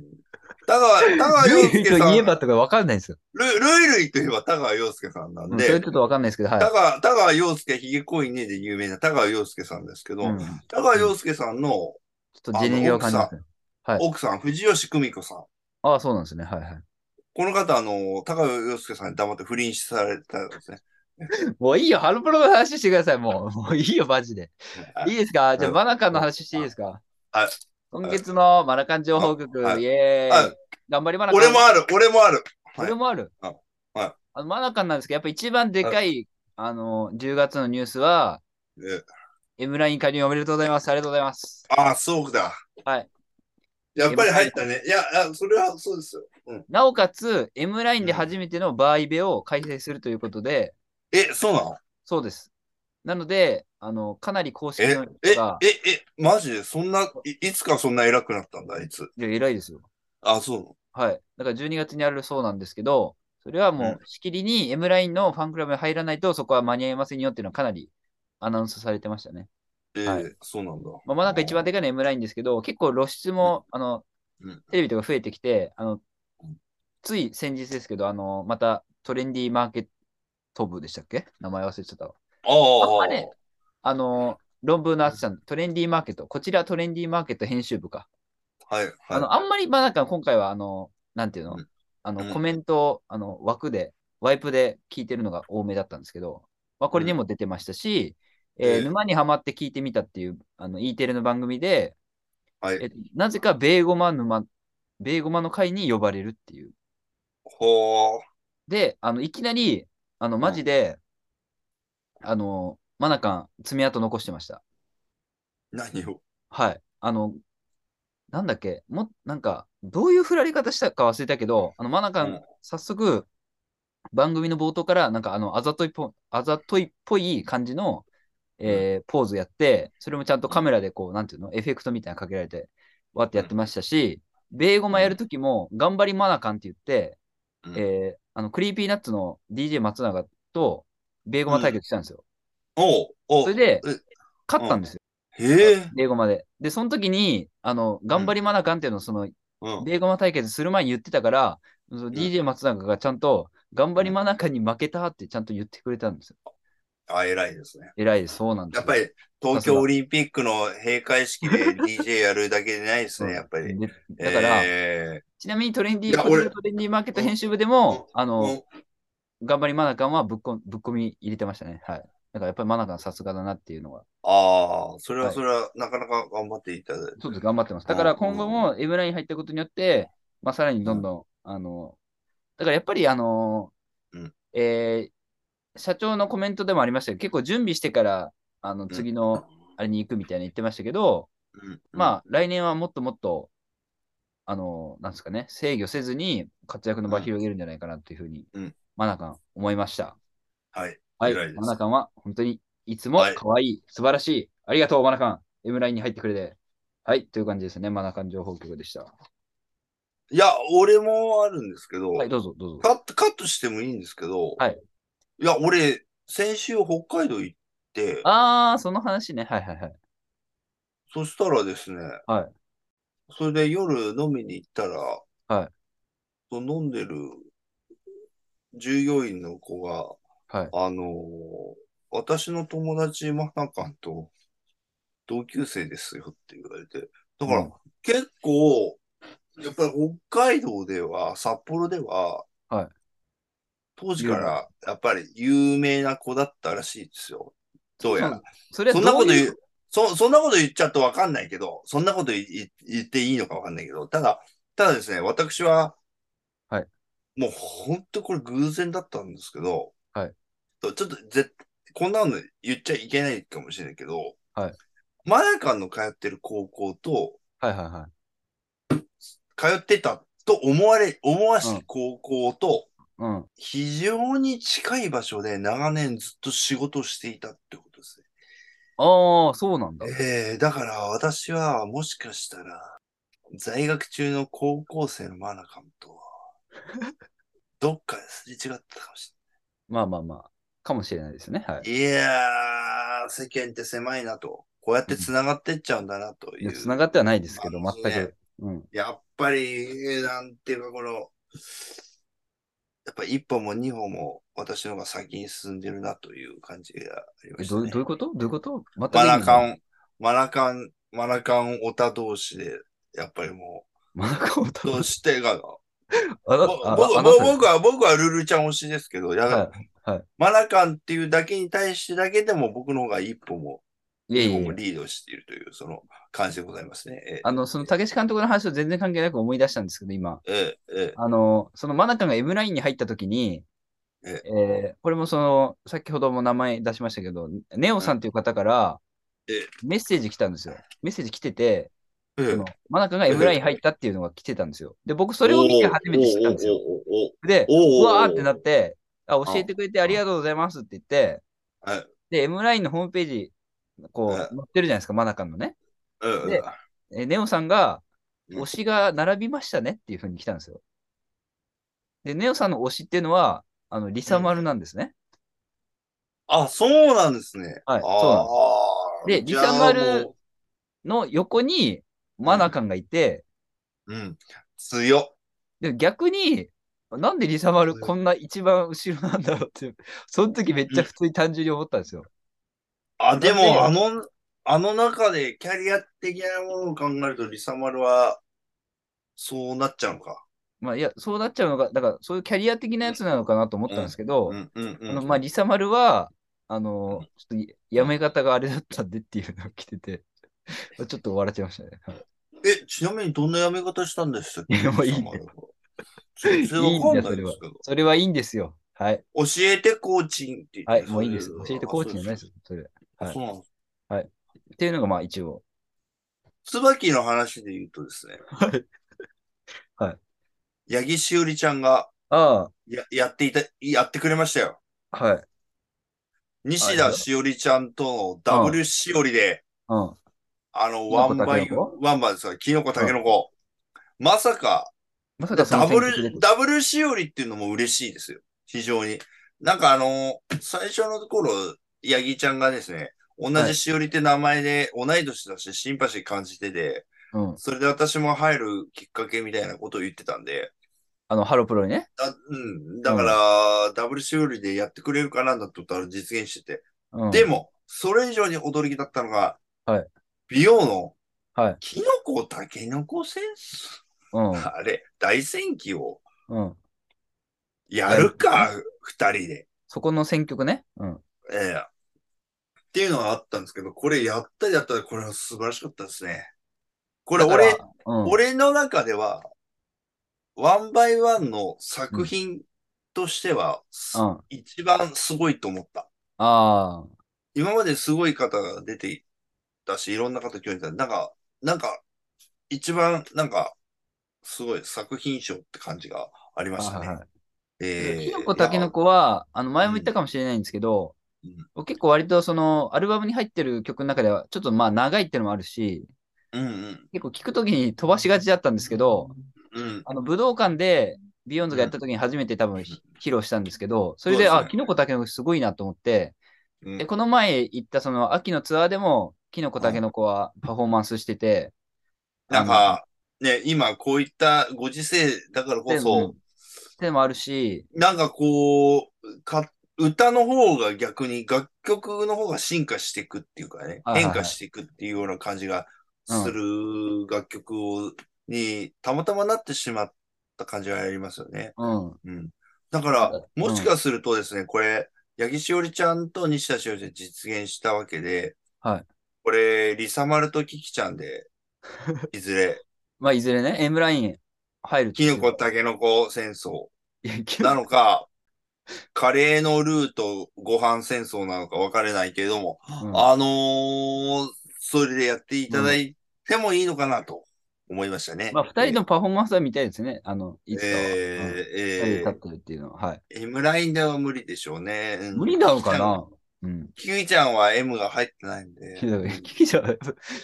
Speaker 3: 田川、田川
Speaker 2: ル
Speaker 3: 陽
Speaker 2: リル
Speaker 3: 介
Speaker 2: リと
Speaker 3: さん、
Speaker 2: 言
Speaker 3: ル
Speaker 2: えばとかわかんないですよ。
Speaker 3: ルイルイといえば田川陽介さんなん
Speaker 2: うん、
Speaker 3: で、
Speaker 2: それちょっとわかんないですけど、はい。
Speaker 3: 田川、田川陽介、ひげ濃いねで有名な田川陽介さんですけど、
Speaker 2: うん、ちょ
Speaker 3: 田川陽介さんの
Speaker 2: っとジェネギを感じますね。はい
Speaker 3: 奥さん、藤吉久美子さん。
Speaker 2: ああ、そうなんですね。はいはい。
Speaker 3: この方、あの、田川陽介さんに黙って不倫されたん ですね。
Speaker 2: もういいよ、ハロプロの話してください、もう。もういいよ、マジで。いいですかじゃあ、
Speaker 3: うん
Speaker 2: マナカンの話していいですか
Speaker 3: はい
Speaker 2: 今月のマナカン情報局、イ
Speaker 3: はい
Speaker 2: ェー
Speaker 3: は
Speaker 2: イ
Speaker 3: い。
Speaker 2: 頑張りマナカン。
Speaker 3: 俺もある、俺もある。はい
Speaker 2: 俺もある。
Speaker 3: あはい
Speaker 2: あのマナカンなんですけど、やっぱ一番でかい、あの、10月のニュースは、
Speaker 3: え
Speaker 2: M ライン加入おめでとうございます。ありがとうございます。
Speaker 3: ああ、そうだ。
Speaker 2: はい。
Speaker 3: やっぱり入ったね。いや、あそれはそうですよ。うん、
Speaker 2: なおかつ、M ラインで初めてのバーイベを開催するということで、
Speaker 3: え、そうなの
Speaker 2: そうです。なので、あの、かなり公式
Speaker 3: え
Speaker 2: の人
Speaker 3: え
Speaker 2: が、、
Speaker 3: え、え、マジでそんな、いいつからそんな偉くなったんだ、いつ。
Speaker 2: いや偉いですよ。
Speaker 3: あ、そうなの
Speaker 2: はい。だから12月にあるそうなんですけど、それは
Speaker 3: う
Speaker 2: も
Speaker 3: ん
Speaker 2: うしきりに M ラインのファンクラブに入らないとそこは間に合いませんよっていうのはかなりアナウンスされてましたね。
Speaker 3: えー
Speaker 2: はい
Speaker 3: そうなんだ。
Speaker 2: まあ、まあなんか一番でかいのは M ラインですけど、結構露出も、あの
Speaker 3: うん、
Speaker 2: テレビとか増えてきて、あの
Speaker 3: うん、
Speaker 2: つい先日ですけど、あの、またトレンディーマーケット部でしたっけ名前忘れちゃったわ。
Speaker 3: ああ、
Speaker 2: あんまねあの、論文のあつさん、トレンディーマーケット。こちらトレンディーマーケット編集部か。
Speaker 3: はい、はい。
Speaker 2: あの、あんまり、まあなんか今回は、あの、なんていうの
Speaker 3: うん
Speaker 2: あ
Speaker 3: う
Speaker 2: の、
Speaker 3: ん
Speaker 2: コメントを、あの、枠で、ワイプで聞いてるのが多めだったんですけど、まあこれにも出てましたし、えー
Speaker 3: ええ
Speaker 2: 沼にはまって聞いてみたっていう、あの、E テレの番組で、
Speaker 3: はい
Speaker 2: えっとなぜかベーゴマ沼、ベーゴマの会に呼ばれるっていう。
Speaker 3: ほー。
Speaker 2: で、あの、いきなり、あの、マジで、あの、マナカン、爪痕残してました。
Speaker 3: 何を。
Speaker 2: はい。あの、なんだっけ、も、なんか、どういう振られ方したか忘れたけど、あの、マナカン、
Speaker 3: うん
Speaker 2: 早速、番組の冒頭から、なんか、あの、あざといぽ、あざといっぽい感じの、えーポーズやって、それもちゃんとカメラで、こう、なんていうの、エフェクトみたいなのかけられて、わってやってましたし、ベーゴマやるときも、頑張りマナカンって言って、
Speaker 3: うん
Speaker 2: えーあの、クリーピーナッツの DJ 松永と、ベーゴマ対決したんですよ。
Speaker 3: おうおう
Speaker 2: それで
Speaker 3: え、
Speaker 2: 勝ったんですよ
Speaker 3: へえ。
Speaker 2: ベーゴマで。で、その時に、あの、頑張りマナカンっていうのを、その、
Speaker 3: うん。
Speaker 2: ベーゴマ対決する前に言ってたから、その DJ 松永がちゃんと、頑張りマナカンに負けたってちゃんと言ってくれたんですよ。
Speaker 3: あ、偉いですね。
Speaker 2: 偉いです、そうなんです
Speaker 3: や
Speaker 2: よ。
Speaker 3: っぱり、東京オリンピックの閉会式で DJ やるだけじゃないです
Speaker 2: そう、
Speaker 3: ね、やっぱり。
Speaker 2: でだから、
Speaker 3: え
Speaker 2: ちなみにトレンディ
Speaker 3: い
Speaker 2: ー、
Speaker 3: や
Speaker 2: こちら
Speaker 3: 俺
Speaker 2: トレンディーマーケット編集部でも、あ
Speaker 3: ー
Speaker 2: の、頑張りマナカンはぶっこぶっ込み入れてましたね。はい。だからやっぱりマナカンさすがだなっていうのは、
Speaker 3: ああ、それ
Speaker 2: は
Speaker 3: はいそれは、なかなか頑張っていただいて。
Speaker 2: ちょっと頑張ってます。だから今後も M ライン入ったことによって、まあ、さらにどんどん、あの、だからやっぱりあのー
Speaker 3: うん
Speaker 2: えー社長のコメントでもありましたけど、結構準備してから、あの、次のあれに行くみたいに言ってましたけど、
Speaker 3: うん、
Speaker 2: まあ、来年はもっともっと、あのーなんですかね、制御せずに活躍の場を広げるんじゃないかなというふうに、
Speaker 3: うん
Speaker 2: マナカン思いました。
Speaker 3: あ。はい。
Speaker 2: はい。
Speaker 3: 偉いです
Speaker 2: マナカンは本当にいつも
Speaker 3: はい
Speaker 2: 可愛い、素晴らしい。ありがとう、マナカン。M ラインに入ってくれて。はい。という感じですね。マナカン情報局でした。
Speaker 3: いや、俺もあるんですけど、
Speaker 2: はい、どうぞ、どうぞ。
Speaker 3: カット、カットしてもいいんですけど、
Speaker 2: はい。
Speaker 3: いや、俺、先週北海道行って、
Speaker 2: あー、その話ね。はいはいはい。
Speaker 3: そしたらですね、
Speaker 2: はい。
Speaker 3: それで夜飲みに行ったら、
Speaker 2: はい。
Speaker 3: その飲んでる従業員の子が、
Speaker 2: はい。
Speaker 3: あのー私の友達マナカンと同級生ですよって言われて。だから、
Speaker 2: うん
Speaker 3: 結構、やっぱり北海道では、札幌では、
Speaker 2: はい
Speaker 3: 当時からやっぱり有名な子だったらしいですよ。どうやら。
Speaker 2: それは
Speaker 3: そんなこと
Speaker 2: どういう
Speaker 3: 言う、そ、そんなこと言っちゃうとわかんないけど、そんなこと言い言っていいのかわかんないけど、ただ、ただですね、私は、
Speaker 2: はい。
Speaker 3: もう本当これ偶然だったんですけど、
Speaker 2: はい
Speaker 3: と。ちょっとぜ、こんなの言っちゃいけないかもしれないけど、
Speaker 2: はい。
Speaker 3: マナカンの通ってる高校と、
Speaker 2: はいはいはい。
Speaker 3: 通ってたと思われ、思わしき高校と、
Speaker 2: うん。
Speaker 3: 非常に近い場所で長年ずっと仕事をしていたってことですね。
Speaker 2: ああ、そうなんだ。
Speaker 3: ええだから私はもしかしたら、在学中の高校生のマナカン と、どっかですれ違ったかもし
Speaker 2: まあまあまあ、かもしれないですね。はい
Speaker 3: れない。いやー、世間って狭いなと。こうやって繋がってっちゃうんだなと
Speaker 2: い
Speaker 3: い
Speaker 2: や。
Speaker 3: う。
Speaker 2: つながってはないですけど、
Speaker 3: まあ
Speaker 2: 全
Speaker 3: ね
Speaker 2: く。うん。
Speaker 3: やっぱり、なんていうかこの、やっぱ一歩も二歩も私の方が先に進んでるなという感じがありま
Speaker 2: え
Speaker 3: した
Speaker 2: どう
Speaker 3: ね
Speaker 2: どういうことどういうこと全く意味
Speaker 3: マ
Speaker 2: ない
Speaker 3: ナカン、マナカン、マナカンオタ同士で、やっぱりも
Speaker 2: マナカンを
Speaker 3: う、
Speaker 2: 倒
Speaker 3: どうしてが、
Speaker 2: あな
Speaker 3: ぼ
Speaker 2: あ
Speaker 3: 僕
Speaker 2: あなた
Speaker 3: 僕は、僕はルルちゃん推しですけど、やだ
Speaker 2: は
Speaker 3: マナカンっていうだけに対してだけでも僕の方が一歩も、
Speaker 2: い。いやい
Speaker 3: 一
Speaker 2: や
Speaker 3: 歩
Speaker 2: いや
Speaker 3: もリードしているという、その感じでございますね。え
Speaker 2: あの、その、武志監督の話と全然関係なく思い出したんですけど、今。
Speaker 3: ええええ
Speaker 2: あの、そのマナカンが M ラインに入った時に、
Speaker 3: え
Speaker 2: えーこれもその、先ほども名前出しましたけど、ネオさんという方から
Speaker 3: ええ、
Speaker 2: メッセージ来たんですよ。メッセージ来てて、
Speaker 3: ええ
Speaker 2: そのマナカンが M ライン入ったっていうのが来てたんですよ。で、僕それを見て初めて知ったんですよ。で、う
Speaker 3: おおおおおおおおおお
Speaker 2: わーってなって、あ、教えてくれてありがとうございますって言って、
Speaker 3: はい
Speaker 2: で、M ラインのホームページ、こう、
Speaker 3: はい
Speaker 2: 載ってるじゃないですか、マナカンのね。
Speaker 3: うんうん
Speaker 2: でえネオさんが、
Speaker 3: うん
Speaker 2: 推しが並びましたねっていう風に来たんですよ。で、ネオさんの推しっていうのは、あの、リサマルなんですね。
Speaker 3: あ、そうなんですね。
Speaker 2: はい
Speaker 3: あー
Speaker 2: そうなんですで
Speaker 3: じゃあ
Speaker 2: リサマル
Speaker 3: も
Speaker 2: の横に、マナカンがいて、
Speaker 3: ううん。強っ。
Speaker 2: で逆に、なんでリサマルこんな一番後ろなんだろうっていう、その時めっちゃ普通に単純に思ったんですよ。
Speaker 3: あ、で
Speaker 2: なんで
Speaker 3: も、あの、あの中でキャリア的なものを考えると、リサマルは、そうなっちゃうのか。
Speaker 2: まあ、いや、そうなっちゃうのが、だから、そういうキャリア的なやつなのかなと思ったんですけど、
Speaker 3: うんうんう
Speaker 2: あの
Speaker 3: ん。
Speaker 2: まあ、リサマルは、あの、ちょっとやめ方があれだったんでっていうのを来てて、ちょっと笑っちゃいましたね。
Speaker 3: え、ちなみにどんなやめ方したんでしたっ け
Speaker 2: いやもういいね
Speaker 3: リサマルは全然わかんないですけど。
Speaker 2: それはいいんですよ。はい。
Speaker 3: 教えてコーチンって言って。
Speaker 2: はい、もういいです。教えてコーチじゃないですすよ。それ。っ
Speaker 3: あ
Speaker 2: はい
Speaker 3: そうなんです。
Speaker 2: ていうのが、まあ、一応。
Speaker 3: 椿の話で言うとですね。。
Speaker 2: はい。 はい
Speaker 3: 八木しおりちゃんが
Speaker 2: あ
Speaker 3: ややっていた、やってくれましたよ。
Speaker 2: あ、はい。
Speaker 3: 西田しおりちゃんとのダブルしおりで、
Speaker 2: うん。
Speaker 3: あの、ワンバイ
Speaker 2: キノコタケノ、
Speaker 3: ワンバイですから、キノコタケノコ。まさか、
Speaker 2: まさかその
Speaker 3: ダブ
Speaker 2: 選択で
Speaker 3: ル、ダブルしおりっていうのも嬉しいですよ。非常に。なんかあの、最初の頃、ヤギちゃんがですね、同
Speaker 2: は
Speaker 3: じ
Speaker 2: い
Speaker 3: しおりって名前で、同い年だし、シンパシー感じてて、
Speaker 2: うん。
Speaker 3: それで私も入るきっかけみたいなことを言ってたんで、
Speaker 2: あの、ハロプロにね。
Speaker 3: だうん、だから、ダブルしおりでやってくれるかなんだとったら実現してて、
Speaker 2: うん、
Speaker 3: でも、それ以上に驚きだったのが、
Speaker 2: はい
Speaker 3: 美容の、
Speaker 2: はい
Speaker 3: キノコタケノコセンス、
Speaker 2: うん。
Speaker 3: あれ、大戦記を
Speaker 2: うん。
Speaker 3: やるか、二、人で。
Speaker 2: そこの選曲ね。うん。
Speaker 3: ええっていうのがあったんですけど、これやったりやったら、これは素晴らしかったですね。これ、
Speaker 2: だから
Speaker 3: 俺、、
Speaker 2: うん、
Speaker 3: 俺の中では、ワンバイワンの作品としては、す
Speaker 2: うん。あ
Speaker 3: 一番すごいと思った。
Speaker 2: あー、
Speaker 3: 今まですごい方が出ていたし、いろんな方興味た。なんか、なんか、一番、なんか、すごい作品賞って感じがありました
Speaker 2: はい
Speaker 3: ね
Speaker 2: は。
Speaker 3: えー
Speaker 2: キノコタケノコは、あの前も言ったかもしれないんですけど、結構割とそのアルバムに入ってる曲の中ではちょっとまあ長いってのもあるし、
Speaker 3: うんうん。
Speaker 2: 結構聞くときに飛ばしがちだったんですけど、
Speaker 3: うん。
Speaker 2: あの武道館でビヨンズがやったときに初めて多分ひ披露したんですけど、それで、
Speaker 3: そうです
Speaker 2: あ、
Speaker 3: ね
Speaker 2: キノコタケノコすごいなと思って、
Speaker 3: うん
Speaker 2: で、この前行ったその秋のツアーでもキノコタケノコはパフォーマンスしてて、
Speaker 3: なんか、ね、今こういったご時世だからこ
Speaker 2: うん
Speaker 3: そ、
Speaker 2: でもあるし、
Speaker 3: なんかこう、か歌の方が逆に楽曲の方が進化していくっていうかね、
Speaker 2: はいはいは
Speaker 3: 変
Speaker 2: い
Speaker 3: 化していくっていうような感じがする楽曲を、にたまたまなってしまった感じがありますよね。
Speaker 2: うん、
Speaker 3: うん。だから
Speaker 2: うん、
Speaker 3: もしかするとですね、これ、八木しおりちゃんと西田しおりちゃん実現したわけで、
Speaker 2: はい。
Speaker 3: これ、リサマルとキキちゃんで、いずれ、
Speaker 2: まあいずれね、M ライン入るって
Speaker 3: キ
Speaker 2: い
Speaker 3: ノ
Speaker 2: う
Speaker 3: コ、タケノコ戦争
Speaker 2: いやキノ
Speaker 3: なのか、カレーのルーとご飯戦争なのか分かれないけれども、
Speaker 2: コうん
Speaker 3: あのー、それでやっていただいてもいいのかなと思いましたね。
Speaker 2: まあ、二人のパフォーマンスは見たいですね。あの、いつかは。うん二人で
Speaker 3: えーえ
Speaker 2: 立ってるっていうのは。はい。
Speaker 3: ー、M ラインでは無理でしょうね。うん
Speaker 2: 無理なのかなうん。
Speaker 3: キキちゃんは M が入ってないんで
Speaker 2: 聞、いた 聞いちゃう。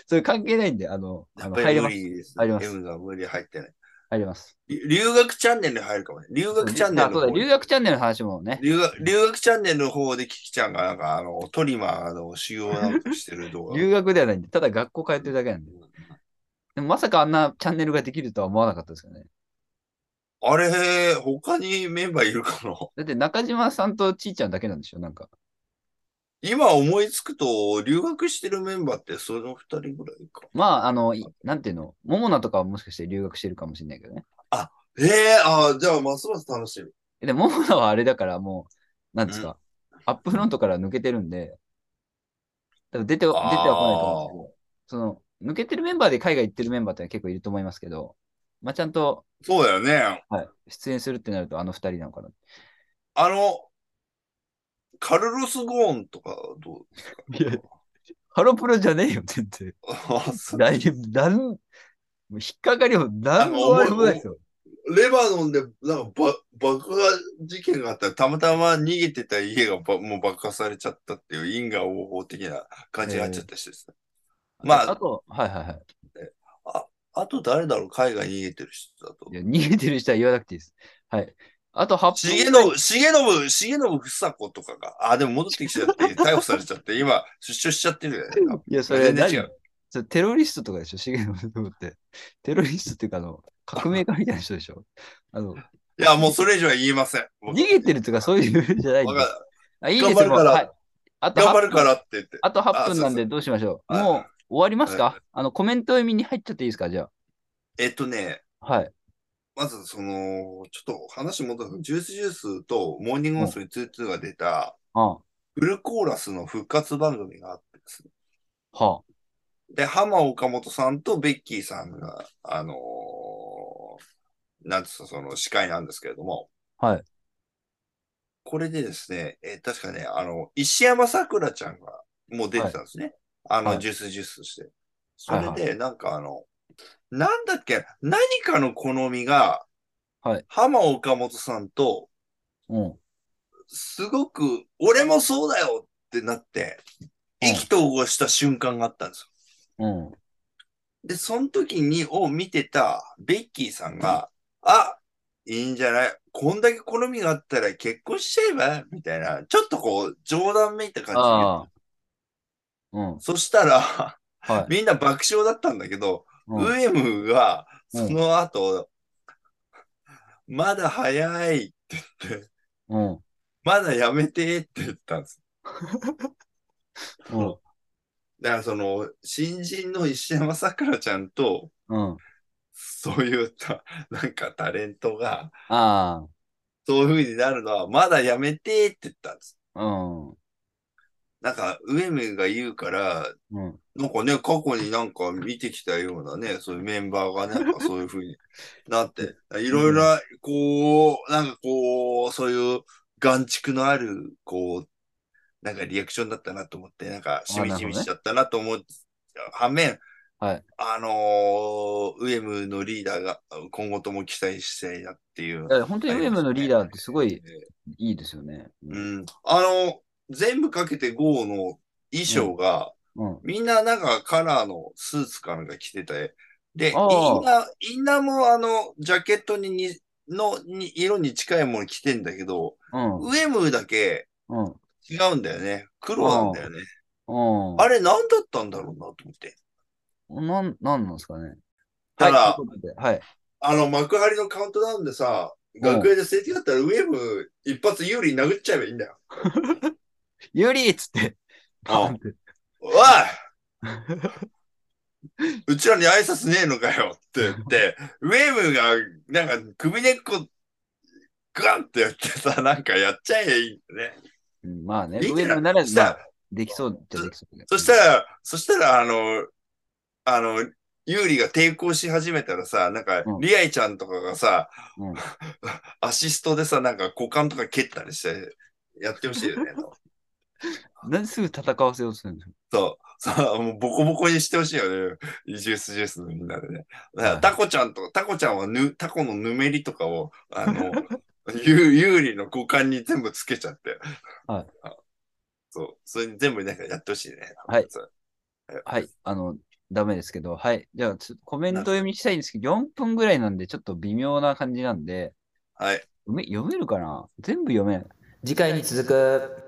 Speaker 2: それ関係ないんで、あの、あ
Speaker 3: やっ
Speaker 2: の
Speaker 3: ぱ
Speaker 2: 入
Speaker 3: り
Speaker 2: れ
Speaker 3: 無
Speaker 2: ます。
Speaker 3: 理です、
Speaker 2: 入ります
Speaker 3: M が無理入ってない。
Speaker 2: 入れます。
Speaker 3: り留学チャンネルに入るかもね。留学チャンネル
Speaker 2: あ
Speaker 3: の
Speaker 2: そう
Speaker 3: 方
Speaker 2: だ、
Speaker 3: に
Speaker 2: 留学チャンネルの話もね。
Speaker 3: 留学留学チャンネルの方でキキちゃんがなんかあのトリマーの修行なんかしてる動画。
Speaker 2: 留学ではないんで、ただ学校通ってるだけなんで。でもまさかあんなチャンネルができるとは思わなかったですよね。
Speaker 3: あれ、他にメンバーいるかな
Speaker 2: だって中島さんとちーちゃんだけなんでしょなんか。
Speaker 3: 今思いつくと、留学してるメンバーってその二人ぐらいか。
Speaker 2: まあ、あの、いなんていうの、モモナとかはもしかして留学してるかもしれないけどね。
Speaker 3: ええあじゃあますます楽しみ。
Speaker 2: えでも、モモナはあれだからもう、なんですか、アップフロントから抜けてるんで、多分出ては、出ては来ないと思うんですけど、その、抜けてるメンバーで海外行ってるメンバーって結構いると思いますけど、まあちゃんと、
Speaker 3: そうだよね。
Speaker 2: はい、出演するってなるとあの二人なのかな。
Speaker 3: あの、カルロス・ゴーンとかどう
Speaker 2: いやハロプロじゃねえよ、全然。
Speaker 3: あそう
Speaker 2: 大丈夫、なん、もう引っかかりもなんもありもないですよ。
Speaker 3: レバノンでなんかば爆破事件があったら、たまたま逃げてた家がばもう爆破されちゃったっていう因果応報的な感じになっちゃったしですね。まあ
Speaker 2: あと、はいはいはい。
Speaker 3: あと誰だろう海外逃げてる人だと
Speaker 2: い。や逃げてる人は言わなくていいです。はい。あと8分。
Speaker 3: 重信、重信、重信房子とかが、あ、でも戻ってきちゃ って、逮捕されちゃって、今、出所しちゃってるじゃない
Speaker 2: いや、それ
Speaker 3: 全然違
Speaker 2: 何
Speaker 3: う
Speaker 2: それテロリストとかでしょ、重信信って。テロリストっていうか、あの、革命家みたいな人でしょ。あの、
Speaker 3: いや、もうそれ以上は言えません。僕
Speaker 2: 逃げてるとかそういうじゃないん
Speaker 3: わ
Speaker 2: で
Speaker 3: か
Speaker 2: す。あ、いいですよ。
Speaker 3: 頑張るから
Speaker 2: はいあと
Speaker 3: 頑張
Speaker 2: 8
Speaker 3: るか
Speaker 2: 分、
Speaker 3: らって言って。
Speaker 2: あと8分なん
Speaker 3: あそうそ
Speaker 2: でどうしましょう。
Speaker 3: はい
Speaker 2: もう終わります
Speaker 3: は
Speaker 2: かあの、コメント読みに入っちゃっていいですかじゃ
Speaker 3: えっとね、
Speaker 2: あ。はい。
Speaker 3: まずその、ちょっと話戻すジュースジュースとモーニング娘。22が出た、
Speaker 2: あん。
Speaker 3: フルコーラスの復活番組があってですね。
Speaker 2: は
Speaker 3: で、浜岡本さんとベッキーさんが、あのーなんつうの、その司会なんですけれども。
Speaker 2: はい。
Speaker 3: これでですね、えー確かね、あの、石山さくらちゃんがもう出てたんですね。あの、
Speaker 2: はい
Speaker 3: ジュースジュースして。そ
Speaker 2: はいは
Speaker 3: れ
Speaker 2: い
Speaker 3: で、なんかあの、なんだっけ、何かの好みが、
Speaker 2: はい
Speaker 3: 浜岡本さんと、
Speaker 2: あ。うん。
Speaker 3: すごく、俺もそうだよってなって、
Speaker 2: うん
Speaker 3: 意気投合した瞬間があったんですよ
Speaker 2: うん。
Speaker 3: で、その時に、を見てたベッキーさんが、あ、いいんじゃないこんだけ好みがあったら結婚しちゃえばみたいな、ちょっとこう、冗談めいた感じで言
Speaker 2: あ
Speaker 3: っ
Speaker 2: あ。うん。
Speaker 3: た。そしたら、
Speaker 2: はい。
Speaker 3: みんな爆笑だったんだけど、
Speaker 2: うん
Speaker 3: ウエムが、
Speaker 2: うん
Speaker 3: その後、まだ早い、
Speaker 2: うん。
Speaker 3: まだやめてって言ったんです。
Speaker 2: うん。
Speaker 3: だからその、新人の石山さくらちゃんと、
Speaker 2: うん。
Speaker 3: そう いった、なんかタレントが、
Speaker 2: あ
Speaker 3: そういう風になるのは、まだやめてって言ったんです。
Speaker 2: あ。うん。
Speaker 3: なんか、上目が言うから、
Speaker 2: うん。
Speaker 3: なんかね、過去になんか見てきたようなね、そういうメンバーがなんかそういう風にな って、いろいろな、こう、なんかこう、そういう眼蓄のある、こう、なんかリアクションだったなと思って、なんか、しみじみしちゃったなと思って、反面、
Speaker 2: はい
Speaker 3: あのー、ウエムのリーダーが今後とも期待したいなっていう。
Speaker 2: え本当にウェムのリーダーってすごいいいですよね。う。
Speaker 3: うんん。あの、全部かけて GO の衣装が、
Speaker 2: うん。
Speaker 3: みんななんかカラーのスーツかなんか着てて、で、イン
Speaker 2: ああ
Speaker 3: ナー、インナーもあの、ジャケットにに、のに色に近いもの着てんだけど、
Speaker 2: うん。
Speaker 3: ウエムだけ
Speaker 2: うん。
Speaker 3: 違うんだよね。黒なんだよね。
Speaker 2: うん。
Speaker 3: あれ何だったんだろうなと思って。
Speaker 2: なん、なんなんですかね。
Speaker 3: ただ
Speaker 2: はいということではい。
Speaker 3: あの、幕張のカウントダウンでさ、楽屋ですれ違ったらウエム一発有利に殴っちゃえばいいんだよ。
Speaker 2: ユリーっつって。
Speaker 3: あ
Speaker 2: パンって
Speaker 3: おいうちらに挨拶ねえのかよって言って、ウェーブがなんか首根っこグワンってやってさ、なんかやっちゃえばいいんだね。
Speaker 2: うんまあね、
Speaker 3: いい
Speaker 2: ウ
Speaker 3: んじ
Speaker 2: ェ
Speaker 3: ゃない
Speaker 2: ムなら、
Speaker 3: そし
Speaker 2: ま
Speaker 3: た
Speaker 2: あ
Speaker 3: ら、
Speaker 2: できそうじゃできそうだけど。
Speaker 3: そしたら、そしたらあの、あの、ユーリが抵抗し始めたらさ、なんか
Speaker 2: うん、
Speaker 3: リアイちゃんとかがさ、
Speaker 2: うん
Speaker 3: アシストでさ、なんか股間とか蹴ったりして、やってほしいよね。
Speaker 2: なんですぐ戦わせようとするんですか
Speaker 3: そう。そう、もうボコボコにしてほしいよね。ジュースジュースのみんなでね。だから
Speaker 2: はい
Speaker 3: タコちゃんと、タコちゃんはぬ、タコのぬめりとかを、あの、 有有利の股間に全部つけちゃって。
Speaker 2: はい
Speaker 3: あ。そう。それに全部なんかやってほしいね。
Speaker 2: はい
Speaker 3: そう。
Speaker 2: はい、あの、ダメですけど、はい。じゃあ、ちょっとコメント読みしたいんですけど、4分ぐらいなんで、ちょっと微妙な感じなんで、
Speaker 3: はい。
Speaker 2: 読め読めるかな全部読めない。
Speaker 1: 次回に続く。